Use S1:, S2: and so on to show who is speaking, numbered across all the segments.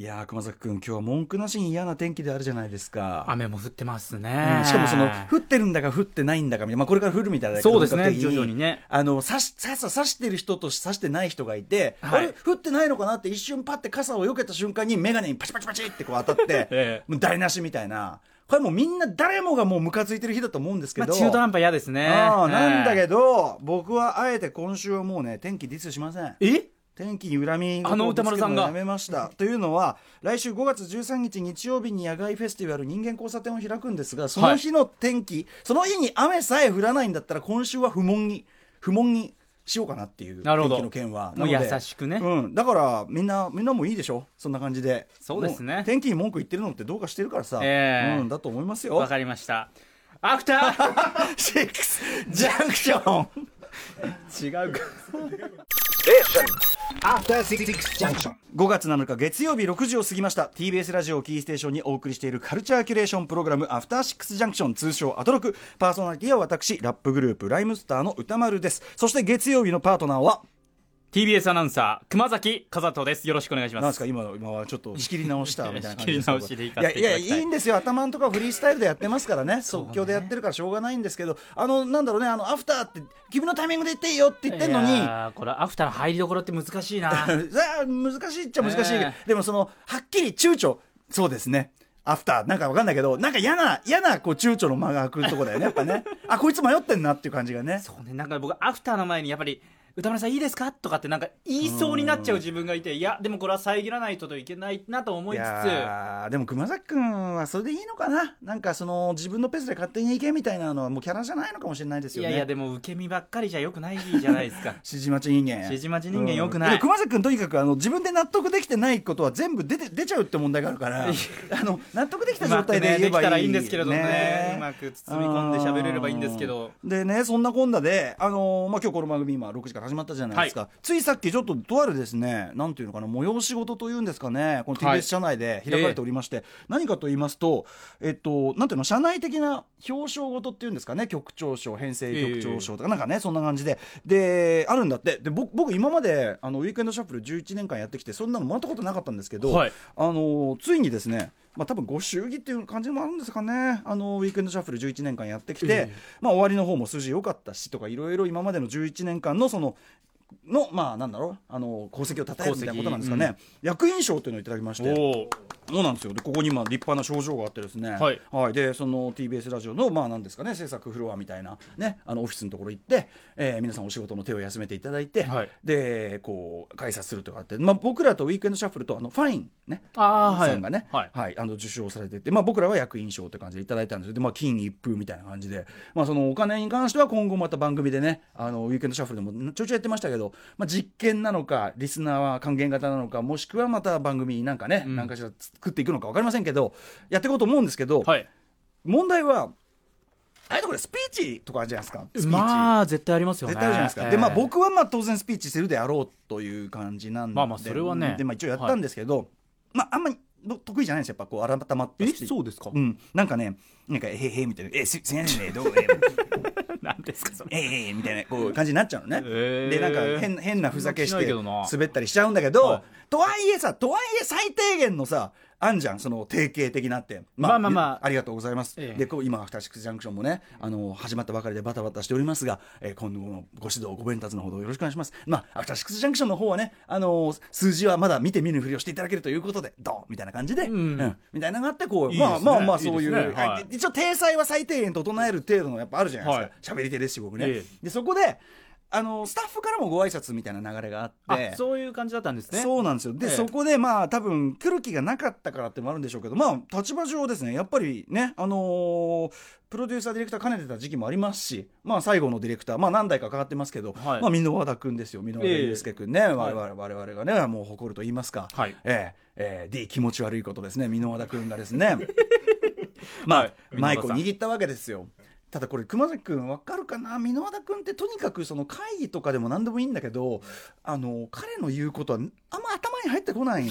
S1: いやー熊崎君、今日は文句なしに嫌な天気であるじゃないですか。
S2: 雨も降ってます
S1: う
S2: ね
S1: ん、。しかもその降ってるんだか降ってないんだかみたいな、まあ、これから降るみたいだけど
S2: そうですね
S1: 本格的
S2: 徐々にね
S1: あのさし傘さしてる人とさしてない人がいて、
S2: はい、
S1: あれ降ってないのかなって一瞬パッて傘を避けた瞬間に眼鏡にパチパチパチってこう当たって
S2: え
S1: もう台無しみたいなこれもうみんな誰もがもうムカついてる日だと思うんですけ
S2: まあ、
S1: ど、
S2: 中途半端嫌ですね。
S1: ああなんだ
S2: ど
S1: けど、僕はあえて今週はもうね天気ディスしません
S2: え
S1: 天気に恨み
S2: あの歌丸さんが
S1: ぶつけるのやめましたというのは来週5月13日日曜日に野外フェスティバル人間交差点を開くんですがその日の天気、その日に雨さえ降らないんだったら今週は不問に不問にしようかなっていう
S2: なるほど
S1: 天気の件は
S2: もう
S1: なので
S2: 優しくね
S1: うん、だからみんなみんなもいいでしょそんな感じで
S2: そうですね
S1: も天気に文句言ってるのってどうかしてるからさ、
S2: ええ
S1: うん、だと思いますよ
S2: わかりました。ア フタ
S1: シックスジャンクション
S2: ー違うか。
S3: After Six Junction.
S1: 5月7日月曜日6時を過ぎました TBS ラジオをキーステーションにお送りしているカルチャーキュレーションプログラム「アフターシックスジャンクション」通称アトロクパーソナリティは私ラップグループライムスターの歌丸ですそして月曜日のパートナーは
S2: TBS アナウンサー、熊崎和人です。よろしくお願いし
S1: なん
S2: ま。
S1: ですすか今の今はちょっと仕切り直したみたいな感じす
S2: 仕切り直しでいかせていただ
S1: や
S2: きたい
S1: いやいいんですよ頭のとこはフリースタイルでやってますからね即興でやってるからしょうがないんですけどあのなんだろうねあのアフターって君のタイミングで言っていいよって言ってんの
S2: い
S1: に
S2: やーこれアフターの入りどころって難しいな。
S1: あ難しいっちゃ難しいけど、
S2: え
S1: でもそのはっきり躊躇そうですねアフターなんかわかんないけどなんか嫌な嫌なこう躊躇の間が空くとこだよねやっぱねあこいつ迷ってんなっていう感じがね
S2: そうね、なんか僕、アフターの前にやっぱり、歌丸さんいいですかとかってなんか言いそうになっちゃう自分がいて、いや、でもこれは遮らないといけないなと思いつつ、
S1: やーでも熊崎君はそれでいいのかななんかその自分のペースで勝手に行けみたいなのはもうキャラじゃないのかもしれないです
S2: い
S1: よ
S2: や
S1: ね。
S2: いや、でも受け身ばっかりじゃよくないじゃないですか
S1: 指示待ち人間
S2: 指示待ち人間良くない
S1: でも熊崎君とにかくあの自分で納得できてないことは全部出て 出ちゃうって問題があるからあの納得できた
S2: う
S1: 状
S2: まく
S1: 態で
S2: ね、
S1: 言え
S2: で
S1: ば
S2: き
S1: いい、
S2: たらいいんですけれどもね
S1: ね
S2: うまく包み込んで喋れればいいんですけど。
S1: うんでねそんなこんなで、あのーまあ、今日この番組今6時から始まったじゃないですか、ついさっきちょっととあるですねなんていうのかな催し事というんですかねこの
S2: は
S1: TBS
S2: い
S1: 社内で開かれておりまして、何かと言いますとえっとなんていうの社内的な表彰事っていうんですかね局長賞編成局長賞とか、なんかねそんな感じでであるんだってで僕僕今まであのウィークエンドシャッフル11年間やってきてそんなのもらったことなかったんですけど、
S2: はい
S1: あのついにですね、まあ、多分ご祝儀っていう感じもあるんですかねあのウィークエンドシャッフル11年間やってきて、まあ、終わりの方も数字良かったしとかいろいろ今までの11年間のそののまあなんだろうあの功績をたたえるみたいなことなんですかね、役員賞というのをいただきまして
S2: おー
S1: そうなんですよでここに今立派な賞状があってですね、
S2: はい
S1: でその TBS ラジオのまあなんですかね制作フロアみたいな、ね、あのオフィスのところ行って、えー皆さんお仕事の手を休めていただいて、
S2: はい
S1: でこう解説するとかって、まあ、僕らとウィークエンドシャッフルとあのファインね
S2: あーはい
S1: さんがね、
S2: はい
S1: あの受賞されてて、まあ、僕らは役員賞って感じでいただいたんですけど、まあ、金一封みたいな感じで、まあ、そのお金に関しては今後また番組でねあのウィークエンドシャッフルでもちょいちょいやってましたけど、まあ、実験なのかリスナーは還元型なのかもしくはまた番組なんかね、なんかしら作っていくのか分かりませんけどやっていこうと思うんですけど、
S2: はい。
S1: 問題はあれこれスピーチとかあるじゃないですかスピーチ。
S2: まあ、絶対ありますよね。
S1: 絶対あるじゃないですか、
S2: ええ
S1: でまあ僕はまあ当然スピーチするであろうという感じなんで
S2: まあまあそれはね
S1: で、まあ、一応やったんですけど、まああんまり得意じゃないんですよやっぱこう改まった
S2: え、
S1: スピーチ
S2: そうですか
S1: うん、なんかねなんか「えへへ」みたいな「えすすいませんねどうえ
S2: なんですか、それ。
S1: えええみたいなこう感じになっちゃうのね、
S2: へえ
S1: でなんか変変なふざけし
S2: そんな気ない
S1: て
S2: けどな
S1: 滑ったりしちゃうんだけど、
S2: はい
S1: とはいえさとはいえ最低限のさあんじゃんその定型的なって、
S2: まあまあまあ
S1: ありがとうございます、
S2: ええ
S1: でこう今「アフターシックスジャンクション」もねあの始まったばかりでバタバタしておりますが、えー今後のご指導ご鞭達のほどよろしくお願いしますまあ「アフターシックスジャンクション」の方はね、あの数字はまだ見て見ぬふりをしていただけるということでどうみたいな感じで、
S2: ん
S1: うんみたいなのがあってこう
S2: いいです
S1: ま
S2: ね
S1: あまあまあ
S2: いいです
S1: そ
S2: ね
S1: ういう
S2: はい
S1: はい一応体裁は最低限整える程度のやっぱあるじゃないですか喋、り手ですし僕ね、
S2: え
S1: でそこであのスタッフからもご挨拶みたいな流れがあって
S2: あ、そういう感じだったんですね。
S1: そうなんですよで、
S2: ええ
S1: そこでまあ多分来る気がなかったからってのもあるんでしょうけどまあ立場上ですねやっぱりねあのープロデューサーディレクター兼ねてた時期もありますしまあ最後のディレクターまあ何代か変わってますけど、
S2: はい
S1: まあ箕輪田君ですよ箕輪田
S2: ええ
S1: 祐介君ね、我々我々がねもう誇ると言いますか、
S2: はい
S1: ええええ D 気持ち悪いことですね箕輪田君がです ねまあ、
S2: はい
S1: マイクを
S2: 箕輪田さん
S1: 握ったわけですよただこれ熊崎君わかるかな箕輪田君ってとにかくその会議とかでも何でもいいんだけどあの彼の言うことはあんま頭に入ってこ ない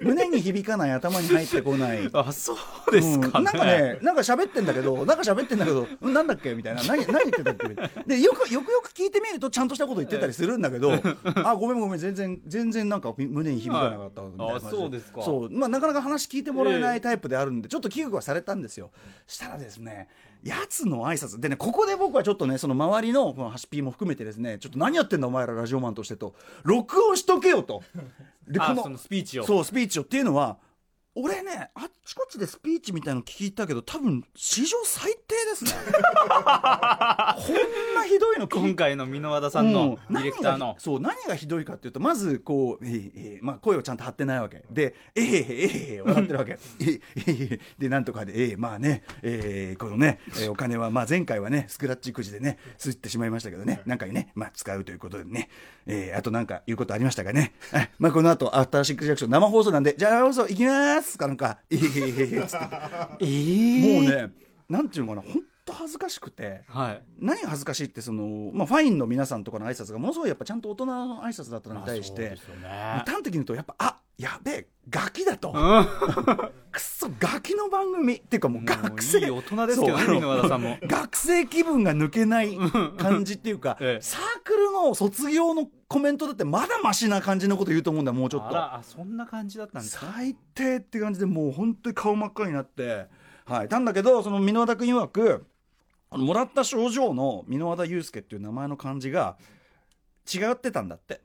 S1: 胸に響かない頭に入ってこない
S2: あそうです
S1: う
S2: かね、
S1: んなんかねなんか喋ってんだけどなんか喋ってんだけどうんなんだっけみたいな何何言ってたっけでよくよくよく聞いてみるとちゃんとしたこと言ってたりするんだけ どあごめんごめん全然全然なんか胸に響かなかったわみたいな感じ
S2: あそうですか
S1: そう、まあ、なかなか話聞いてもらえないタイプであるんでちょっと危惧はされたんですよしたらですねやつの挨拶でねここで僕はちょっとねその周りのこのハシピーも含めてですねちょっと何やってんだお前らラジオマンとしてと録音しとけよと。で
S2: あ
S1: この
S2: そのスピーチを
S1: そうスピーチをっていうのは俺ねあっちこっちでスピーチみたいの聞いたけど多分史上最低です ねこんなひどいの聞い
S2: 今回の箕輪田さんの
S1: うん
S2: ディレクターの
S1: 何がそう何がひどいかっていうとまずこう、えーえーまあ、声をちゃんと張ってないわけで「えー、えー、えー、えー笑ってるわけえーえーえーでなんとかで「えー、まあね、えーこのね、えーお金は、まあ、前回はねスクラッチくじでねすってしまいましたけどね何回ね、まあ、使うということでね、えーあと何か言うことありましたかね、はいまあ、この後アフターシックスジャンクション生放送なんでじゃあ生放送行きます」かなんか「えー、えー、えーえーつって
S2: え
S1: もう
S2: も
S1: ねなんていうのかな本当恥ずかしくて。
S2: はい
S1: 何が恥ずかしいってその、まあ、ファインの皆さんとかの挨拶がものすごいやっぱちゃんと大人の挨拶だったのに対して、
S2: まあ
S1: 端的に言うとやっぱあやべえガキだと、
S2: そう
S1: くっそガキの番組っていうかもう
S2: です
S1: 学生
S2: よねもういい大人ですけどね
S1: そうあの
S2: 箕輪田さん も
S1: 学生気分が抜けない感じっていうか、
S2: ええ
S1: サークルの卒業のコメントだってまだマシな感じのこと言うと思うんだよもうちょっ
S2: あ
S1: と。
S2: らあそんな感じだったんですか
S1: 最低って感じでもう本当に顔真っ赤になって、はい、なんだけどその箕輪田君曰くあのもらった症状の箕輪田祐介っていう名前の漢字が違ってたんだって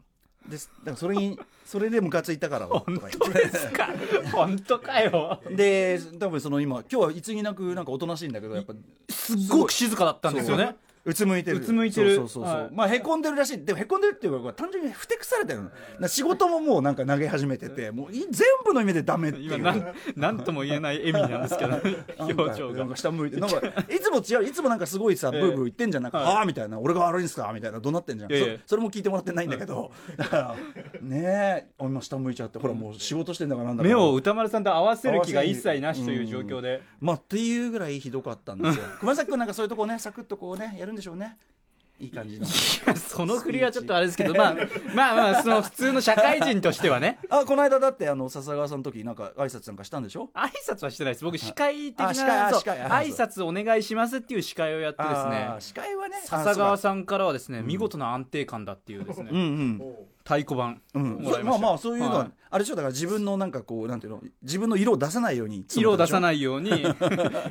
S1: ですだからそれにそれでムカついた からとか言って
S2: か 本当かよ
S1: で多分その今今日はいつになくなんかおとなしいんだけどやっぱ
S2: すっごく静かだったんですよね
S1: うつむいてる
S2: うつむいてる
S1: そうそうそうそう、
S2: はい
S1: まあへこんでるらしいでもへこんでるっていうか単純にふてくされてるのだから仕事ももうなんか投げ始めててもうい全部の意味でダメっていう
S2: 今なんなんとも言えない笑みなんですけどね
S1: なんか
S2: 表情
S1: な
S2: が
S1: んか下向いてなんかいつも違ういつもなんかすごいさ、
S2: ええ
S1: ブーブー言ってんじゃんなくて、
S2: はい
S1: ああみたいな俺が悪いんすかみたいな怒鳴ってんじゃん、
S2: いやいや
S1: そそれも聞いてもらってないんだけど、 だからねえあ今下向いちゃってほらもう仕事してんだからなんだか
S2: 目
S1: ら
S2: を歌丸さんと合わせる気が一切なしという状況で
S1: まあっていうぐらいひどかったんです よ熊崎君なんかそういうとこねサクッとこうねやるんでしょうねいい感じの
S2: その振りはちょっとあれですけどまあまあまあその普通の社会人としてはね
S1: あこの間だってあの笹川さんの時なんか挨拶なんかしたんでしょ
S2: 挨拶はしてないです僕司会的
S1: あ司会あ
S2: なそう
S1: 司会あ
S2: 挨拶お願いしますっていう司会をやってですね
S1: あー司会はね
S2: 笹川
S1: さ
S2: さんからはですね見事な安定感だっていうです
S1: んう
S2: ね
S1: ん
S2: 太鼓判
S1: うん、
S2: もらい
S1: まあ
S2: ました
S1: まあそういうのは、
S2: はい
S1: あれでしょだから自分のなんかこうなんていうの自分の色を出さないように
S2: 色を出さ
S1: い
S2: ないよ うに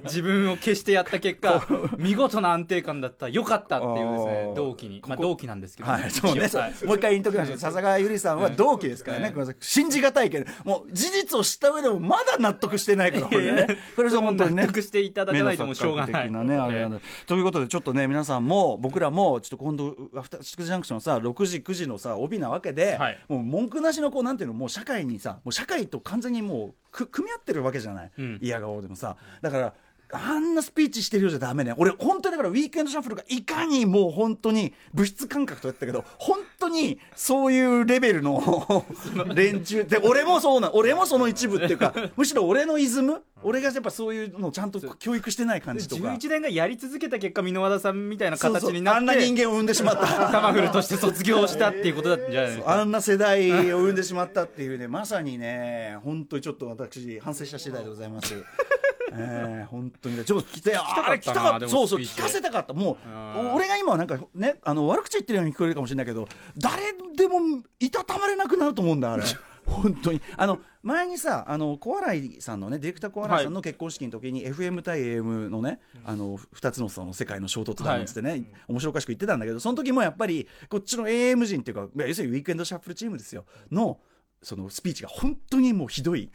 S2: 自分を消してやった結果見事な安定感だったよかったっていうで
S1: あ
S2: すね
S1: ー
S2: 同期にまあ同期なんですけど
S1: はい、そうね、
S2: 一応はい
S1: そうもう一回言っときましょう笹川ゆりさんは同期ですからね、
S2: ええ
S1: ごめんなさい信じがたいけどもう事実を知った上でもまだ納得してないからこれねこれぞ本当にね
S2: 納得していただかないともうしょうがな
S1: 目
S2: い
S1: の錯覚的なねあれなんだということでちょっとね皆さんも僕らもちょっと今度アフターシックスジャンクションさ6時9時のさ帯なわけで、
S2: はい
S1: もう文句なしのこうなんていうのもう社会にさもう社会と完全にもうく組み合ってるわけじゃない、
S2: うん
S1: 嫌顔でもさだからあんなスピーチしてるようじゃダメね俺本当にだからウィークエンドシャッフルがいかにもう本当に物質感覚とやったけど本当にそういうレベルの 連中で俺もそうな俺もその一部っていうかむしろ俺のイズム俺がやっぱそういうのをちゃんと教育してない感じとか
S2: 11年がやり続けた結果箕輪田さんみたいな
S1: そう
S2: 形
S1: そう
S2: に
S1: あ
S2: なんっ
S1: な人
S2: て
S1: 間を生んでしまっ た
S2: タマフルとして卒業したっていうことだったんじゃないですか
S1: あんな世代を生んでしまったっていうね、まさにね、本当にちょっと私、反省した次第でござい ます。ええ本当にねちょっと聞きたい
S2: たかったな
S1: あれ聞きたかった
S2: でも
S1: そうそう
S2: スピーチ
S1: 聞かせたかったも
S2: う
S1: う俺が今はなんかねあの悪口言ってるように聞こえるかもしれないけど誰でもいたたまれなくなると思うん だあれ本当にあの前にさあの小洗いさんのねディレクター小洗いさんの結婚式の時に、FM 対 AM のねあの2つのその世界の衝突だなんつってね、面白おかしく言ってたんだけどその時もやっぱりこっちの AM 人っていうかまあ要するにウィークエンドシャッフルチームですよのそのスピーチが本当にもうひど い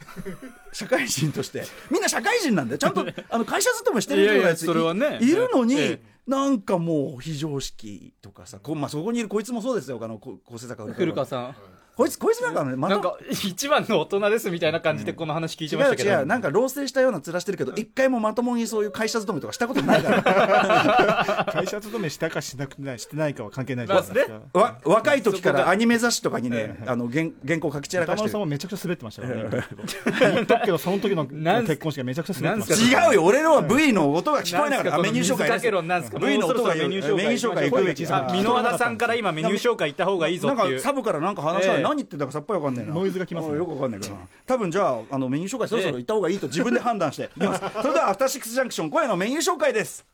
S1: 社会人としてみんな社会人なんだよち ゃんとあの会社勤めしてる人のやつい
S2: いやいやそれはね
S1: いるのに、
S2: ええ
S1: なんかもう非常識とかさこ、まあ、そこにいるこいつもそうですよあのこ小瀬坂古
S2: 古川
S1: ん
S2: さん
S1: こいつこいつなんかねまた
S2: なんか一番の大人ですみたいな感じでこの話聞い
S1: 違
S2: て
S1: う
S2: ましたけど
S1: 違うなんか老成したような面してるけど一回もまともにそういう会社勤めとかしたことないから
S4: 会社勤めしたかしなくないしてないかは関係ないじゃ
S2: ま
S4: な
S2: あ
S4: いです
S2: ね
S4: か。
S1: わ若い時からアニメ雑誌とかにねあの原原稿書き散ら
S4: 歌
S1: かし
S4: 丸
S1: て
S4: さ
S1: る
S4: んはめちゃくちゃ滑ってましたからね。 言っとくけど、その時の
S2: なんす
S4: 結婚式がめちゃくちゃ滑ってま
S2: なんす
S4: し
S2: か
S4: た。
S1: 違うよ俺のは V の音が聞こえなかったあ
S2: なんす
S1: メニュー紹介
S2: 水かけ論なんすか
S1: V の音が
S2: もうそろそろメニュー紹介
S1: メニュー紹介行くべき
S4: あ
S2: 箕輪田さんから今メニュー紹介行った方がいいぞ
S1: な
S2: っ
S1: ん
S2: てい
S1: か
S2: う
S1: サブからなんか話はない何言ってんだかさっぱりわかんないな
S4: ノイズが来ますね
S1: あよくわかんないけどな多分じゃああのメニュー紹介そろそろ行った方がいいと自分で判断 していきますそれではアフターシックスジャンクション今夜のメニュー紹介です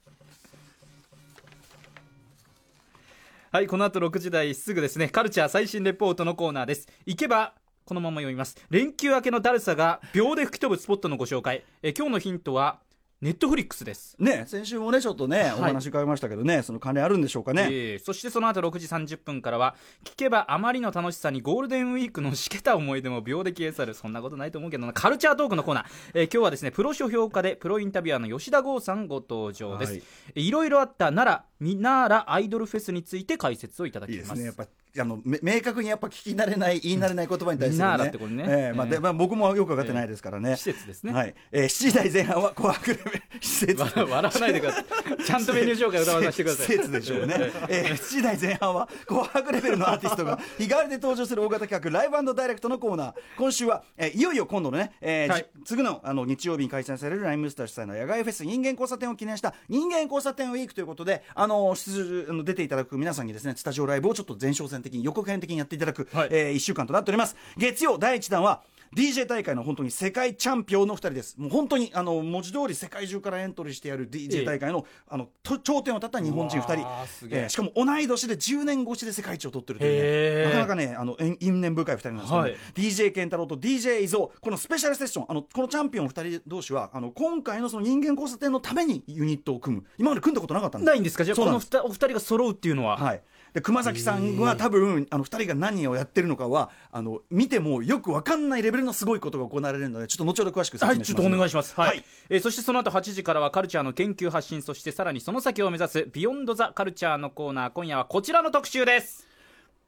S2: はい、この後6時台すぐですね、カルチャー最新レポートのコーナーです。行けば、このまま読みます。連休明けのだるさが秒で吹き飛ぶスポットのご紹介。え今日のヒントは、ネットフリックスです。
S1: ね先週もねちょっとね、お話伺いましたけどねその関連あるんでしょうかね、
S2: えーそしてその後6時30分からは聞けばあまりの楽しさにゴールデンウィークのしけた思い出も秒で消え去るそんなことないと思うけどなカルチャートークのコーナー、えー今日はですねプロ書評家でプロインタビュアーの吉田剛さんご登場です、
S1: はい
S2: い、ろいろあった奈良みならアイドルフェスについて解説をいただき
S1: いいで
S2: ます
S1: すねやっぱあのめ明確にやっぱ聞き慣れない言い慣れない言葉に対する
S2: みんな
S1: ね
S2: だってこれね
S1: ええまあで
S2: ええ
S1: まあ、僕もよく分かってないですからね、
S2: 施設ですね、
S1: はいえー、7時台前半は紅白レベル 施設
S2: わ笑わないでください。ちゃんとメニュー紹介を歌わさせてくださ い。
S1: 施設でしょうね、 えー、7時台前半は紅白レベルのアーティストが日替わりで登場する大型企画ライブダイレクトのコーナー今週は、えーいよいよ今度のね、えー
S2: はい
S1: じ次のあの日曜日に開催されるライムスター主催の野外フェス人間交差点を記念した人間交差点ウィークということであの出あの出ていただく皆さんにですねスタジオライブをちょっと前哨戦的に予告編的にやっていただく、
S2: はい
S1: え1週間となっております月曜第1弾は DJ 大会の本当に世界チャンピオンの2人ですもう本当にあの文字通り世界中からエントリーしてやる DJ 大会の,、あのと頂点を立った日本人2人
S2: うわーす、げえ
S1: えーしかも同い年で10年越しで世界一を取ってるという、
S2: へ
S1: ね、
S2: ー
S1: なかなかねあのえん因縁深い2人なんですけど、
S2: はい
S1: DJ 健太郎と DJ 伊蔵このスペシャルセッションあのこのチャンピオン2人同士はあの今回のその人間交差点のためにユニットを組む今まで組んだことなかったんです
S2: ないんですかじゃあ
S1: そう
S2: こ
S1: なん
S2: の
S1: です
S2: ふたお二人が揃うっていうのは。
S1: はい、で熊崎さんは多分あの2人が何をやってるのかはあの見てもよく分かんないレベルのすごいことが行われるのでちょっと後ほど詳しく説
S2: は
S1: 明し
S2: い、
S1: ます
S2: ちょっとお願いし
S1: ま
S2: ます。はい。
S1: はい
S2: えーそしてその後8時からはカルチャーの研究発信、そしてさらにその先を目指すビヨンドザカルチャーのコーナー、今夜はこちらの特集です。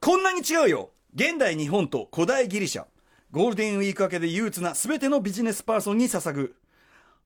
S1: こんなに違うよ現代日本と古代ギリシャゴールデンウィーク明けで憂鬱な全てのビジネスパーソンに捧ぐ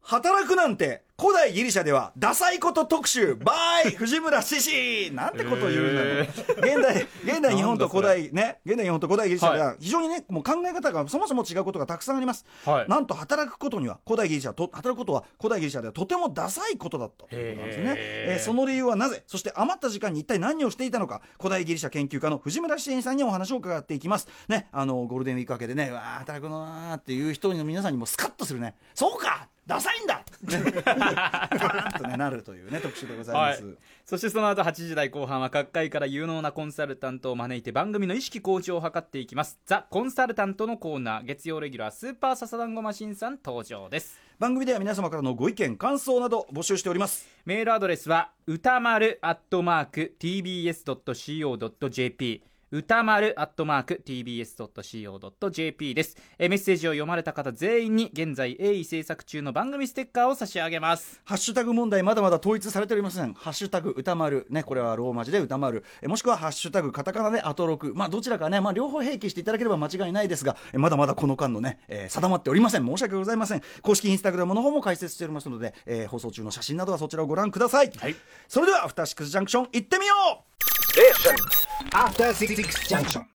S1: 働くなんて古代ギリシャではダサいこと特集バ イ藤村獅子なんてことを言うんだね、現代現代日本と古代ね現代日本と古代ギリシャでは非常にねもう考え方がそもそも違うことがたくさんあります、
S2: はい
S1: なんと働くことには古代ギリシャと働くことは古代ギリシャではとてもダサいことだったということなんですね、
S2: へー
S1: えーその理由はなぜそして余った時間に一体何をしていたのか古代ギリシャ研究家の藤村支援さんにお話を伺っていきますねあのゴールデンウィーク明けでねうわー働くのなーっていう人の皆さんにもスカッとするねそうかダサいん だガーンとねなるというね特集でございます、
S2: はいそしてその後8時台後半は各界から有能なコンサルタントを招いて番組の意識向上を図っていきます。ザ・コンサルタントのコーナー、月曜レギュラースーパーササダンゴマシンさん登場です。
S1: 番組では皆様からのご意見感想など募集しております
S2: メールアドレスは歌丸アットマーク tbs.co.jp 歌丸アットマーク tbs.co.jp ですえーメッセージを読まれた方全員に現在鋭意制作中の番組ステッカーを差し上げます
S1: ハッシュタグ問題まだまだ統一されておりません。ハッシュタグ歌丸ね、これはローマ字で歌丸。えもしくはハッシュタグカタカナでアトロク。まあどちらかね、まあ両方併記していただければ間違いないですが、えまだまだこの間のね、えー定まっておりません。申し訳ございません。公式インスタグラムの方も解説しておりますので、えー放送中の写真などはそちらをご覧ください。
S2: はい
S1: それではアフターシックスジャンクション行ってみよう
S3: After Six Junction.